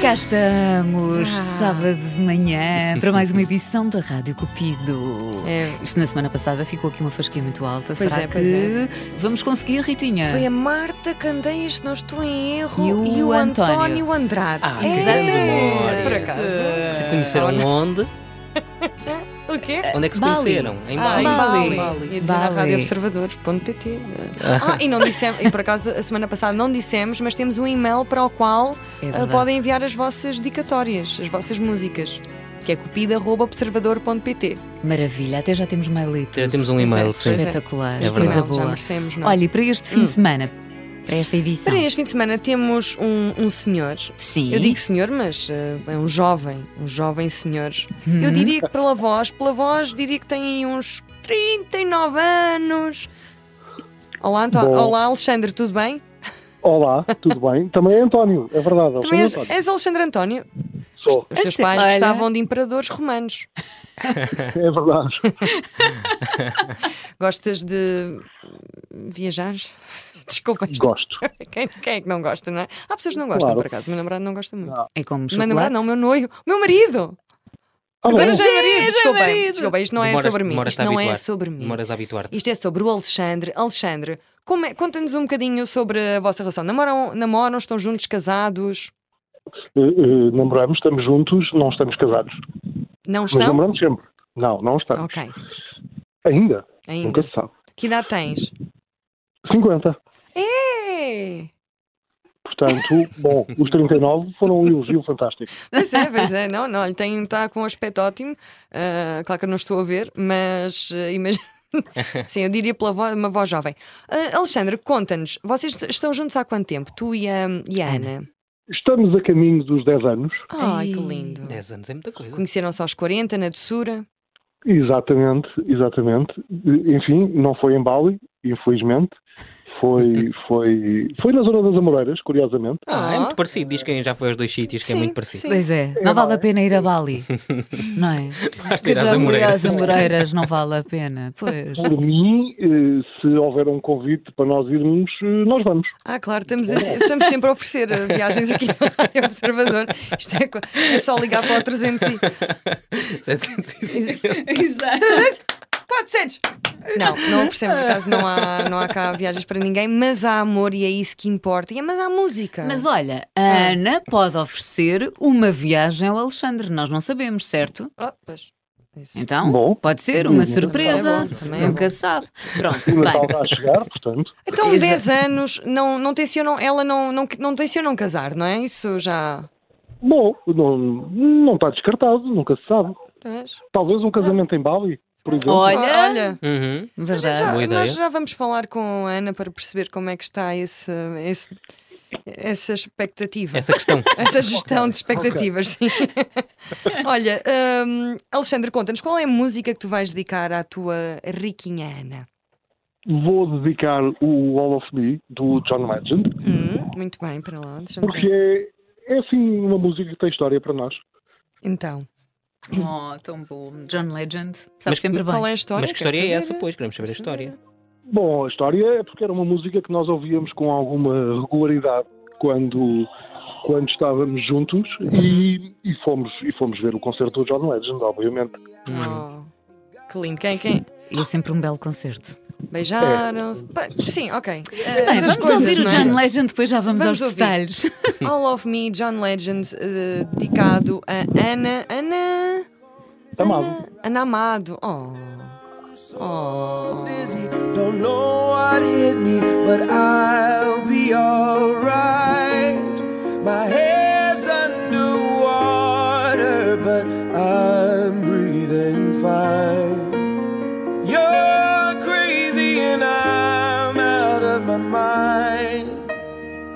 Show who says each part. Speaker 1: Cá estamos,
Speaker 2: Ah.
Speaker 1: sábado de manhã, para mais uma edição da Rádio Cupido.
Speaker 2: É.
Speaker 1: Isto na semana passada ficou aqui uma fasquia muito alta.
Speaker 2: Pois
Speaker 1: Será
Speaker 2: é,
Speaker 1: que
Speaker 2: pois é.
Speaker 1: vamos conseguir, Ritinha?
Speaker 2: Foi a Marta Candeias, se não estou em erro,
Speaker 1: é. E o
Speaker 2: António,
Speaker 1: António É.
Speaker 2: Andrade. É.
Speaker 3: Ah,
Speaker 1: que grande memória.
Speaker 2: Por acaso.
Speaker 3: Se conheceram onde?
Speaker 2: O quê?
Speaker 3: Onde é que se
Speaker 1: Bali.
Speaker 3: conheceram? Em
Speaker 2: Ah,
Speaker 3: Bali.
Speaker 2: em Bali.
Speaker 3: Bali.
Speaker 2: Ia dizer na
Speaker 1: Bali.
Speaker 2: radioobservadores.pt. Ah, e não dissemos, e por acaso a semana passada não dissemos, mas temos um e-mail para o
Speaker 1: É
Speaker 2: qual ah,
Speaker 1: verdade.
Speaker 2: podem enviar as vossas dicatórias, as vossas músicas, que é
Speaker 1: É
Speaker 2: cupida.observador.pt.
Speaker 1: Maravilha, até já temos mail e
Speaker 3: Já
Speaker 1: tudo.
Speaker 3: temos um e-mail, sim.
Speaker 2: Pois é.
Speaker 1: Espetacular,
Speaker 3: É
Speaker 1: coisa
Speaker 3: verdade.
Speaker 2: Já
Speaker 1: boa.
Speaker 2: merecemos, não é?
Speaker 1: Olha, e para este fim de semana, para esta edição.
Speaker 2: Para este fim de semana temos um, um senhor.
Speaker 1: Sim.
Speaker 2: Eu digo senhor, mas eh, é um jovem, um jovem senhor. Eu
Speaker 1: Uhum. Hum.
Speaker 2: diria que pela voz, pela voz diria que tem aí uns 39 anos. Olá, Anto-
Speaker 4: Bom.
Speaker 2: Olá Alexandre, tudo bem?
Speaker 4: Olá, tudo bem? Também é António, é verdade.
Speaker 2: Também
Speaker 4: Também
Speaker 2: és,
Speaker 4: António.
Speaker 2: és Alexandre António.
Speaker 4: Sou,
Speaker 2: Os teus
Speaker 1: Assim,
Speaker 2: pais
Speaker 1: olha.
Speaker 2: gostavam de imperadores romanos.
Speaker 4: é verdade.
Speaker 2: Gostas de viajar? Desculpa, isto-
Speaker 4: Gosto.
Speaker 2: quem, quem é que não gosta, não é? Há pessoas que não gostam,
Speaker 4: Claro.
Speaker 2: por acaso. O meu namorado não gosta muito.
Speaker 4: Não.
Speaker 1: É como
Speaker 2: O meu namorado
Speaker 1: chocolate.
Speaker 2: não, o meu noivo, o meu marido.
Speaker 4: Ah, bom,
Speaker 2: Agora
Speaker 1: Sim,
Speaker 2: já é
Speaker 1: já é
Speaker 2: marido. Desculpem,
Speaker 1: marido.
Speaker 2: desculpa, isto não é
Speaker 3: Demoras-
Speaker 2: sobre mim.
Speaker 3: demoras-te
Speaker 2: Isto
Speaker 3: a
Speaker 2: não é
Speaker 3: habituar.
Speaker 2: sobre mim.
Speaker 3: Demoras a habituar-te.
Speaker 2: Isto é sobre o Alexandre. Alexandre, como é- conta-nos um bocadinho sobre a vossa relação. Namoram, namoram estão juntos, casados?
Speaker 4: eh, eh, namoramos, estamos juntos, não estamos casados.
Speaker 2: Não
Speaker 4: Mas
Speaker 2: estão?
Speaker 4: namoramos sempre. Não, não estamos.
Speaker 2: Ok,
Speaker 4: Ainda,
Speaker 2: ainda.
Speaker 4: nunca se sabe.
Speaker 2: Que idade tens?
Speaker 4: 50.
Speaker 2: É.
Speaker 4: Portanto, bom, os 39 foram um elogio fantástico.
Speaker 2: Pois é, pois é. Não, não, ele tem, está com um aspecto ótimo. Ah, claro que eu não estou a ver, mas ah, imagino. Sim, eu diria pela voz, uma voz jovem. Ah, Alexandre, conta-nos, vocês t- estão juntos há quanto tempo? Tu e a, e a Ana?
Speaker 4: Estamos a caminho dos 10 anos,
Speaker 2: Ai, que
Speaker 1: Ai.
Speaker 2: lindo.
Speaker 3: 10 anos é muita coisa.
Speaker 2: Conheceram-se aos 40, na doçura?
Speaker 4: exatamente, exatamente. Eh, Enfim, não foi em Bali, infelizmente. Foi, foi, foi na zona das Amoreiras, curiosamente.
Speaker 3: Ah, é
Speaker 2: Ah.
Speaker 3: muito parecido. Diz quem já foi aos dois sítios, que é
Speaker 2: Sim,
Speaker 3: muito parecido.
Speaker 2: sim.
Speaker 1: Pois é, não vale a pena ir a Bali, não é?
Speaker 3: Basta ir às
Speaker 1: Já fui
Speaker 3: Amoreiras.
Speaker 1: às Amoreiras, não vale a pena, pois.
Speaker 4: Por mim, eh, se houver um convite para nós irmos, eh, nós vamos.
Speaker 2: Ah, claro, estamos, a- estamos sempre a oferecer eh, viagens aqui no Rádio Observador. Isto é, co- é só ligar para o 300 e
Speaker 3: 760.
Speaker 2: 400! Não, não oferecemos, por acaso não há, não há cá viagens para ninguém, mas há amor e é isso que importa. E é, mas há música.
Speaker 1: Mas olha, a
Speaker 2: Ah.
Speaker 1: Ana pode oferecer uma viagem ao Alexandre, nós não sabemos, certo?
Speaker 2: Ah, pois. Isso.
Speaker 1: Então,
Speaker 4: Bom.
Speaker 1: pode ser uma
Speaker 4: Sim.
Speaker 1: surpresa,
Speaker 2: Também é bom, também é
Speaker 1: nunca
Speaker 2: bom.
Speaker 1: se sabe. Pronto,
Speaker 4: O Natal
Speaker 1: bem,
Speaker 4: está a chegar, portanto.
Speaker 2: Então,
Speaker 1: Exa-
Speaker 2: 10 anos, não, não tencionam, ela não, não, não tencionam casar, não é? Isso já.
Speaker 4: Bom, não, não está descartado, nunca se sabe.
Speaker 2: Mas,
Speaker 4: Talvez um casamento em Bali, por exemplo.
Speaker 1: Olha. é
Speaker 2: olha
Speaker 3: Uhum.
Speaker 2: a gente
Speaker 1: verdade.
Speaker 2: já-
Speaker 3: Boa
Speaker 2: nós
Speaker 3: ideia.
Speaker 2: já vamos falar com a Ana para perceber como é que está esse, esse- essa expectativa.
Speaker 3: Essa questão.
Speaker 2: Essa gestão de expectativas, sim. Olha, hum, Alexandre, conta-nos qual é a música que tu vais dedicar à tua riquinha Ana?
Speaker 4: Vou dedicar o All of Me, do John Legend,
Speaker 2: Hum, muito bem, para lá, deixa-me ver.
Speaker 4: porque é, é assim uma música que tem história para nós.
Speaker 2: Então,
Speaker 1: Oh, tão bom. John Legend, sabe
Speaker 3: Mas-
Speaker 1: sempre bem.
Speaker 2: qual é a história?
Speaker 3: Mas que
Speaker 2: Quero
Speaker 3: história é
Speaker 2: saber.
Speaker 3: essa, pois? Queremos saber a história.
Speaker 4: Bom, a história é porque era uma música que nós ouvíamos com alguma regularidade quando, quando estávamos juntos e, e fomos, e fomos ver o concerto do John Legend, obviamente.
Speaker 3: Hum.
Speaker 2: Oh, que lindo. Quem, quem?
Speaker 1: E é sempre um belo concerto.
Speaker 2: Beijaram-se? Pá, Sim, ok. Eh,
Speaker 1: Bem,
Speaker 2: essas
Speaker 1: vamos
Speaker 2: coisas,
Speaker 1: ouvir o
Speaker 2: não é?
Speaker 1: John Legend, depois já vamos,
Speaker 2: Vamos
Speaker 1: aos
Speaker 2: ouvir.
Speaker 1: detalhes.
Speaker 2: All of Me, John Legend, eh, dedicado a Ana. Ana.
Speaker 4: Amado.
Speaker 2: Ana, Ana Amado. Oh. Oh.
Speaker 5: dizzy. Don't know what hit me, but I'll be alright. My head's underwater, but I'm breathing fine. You're crazy and I'm out of my mind.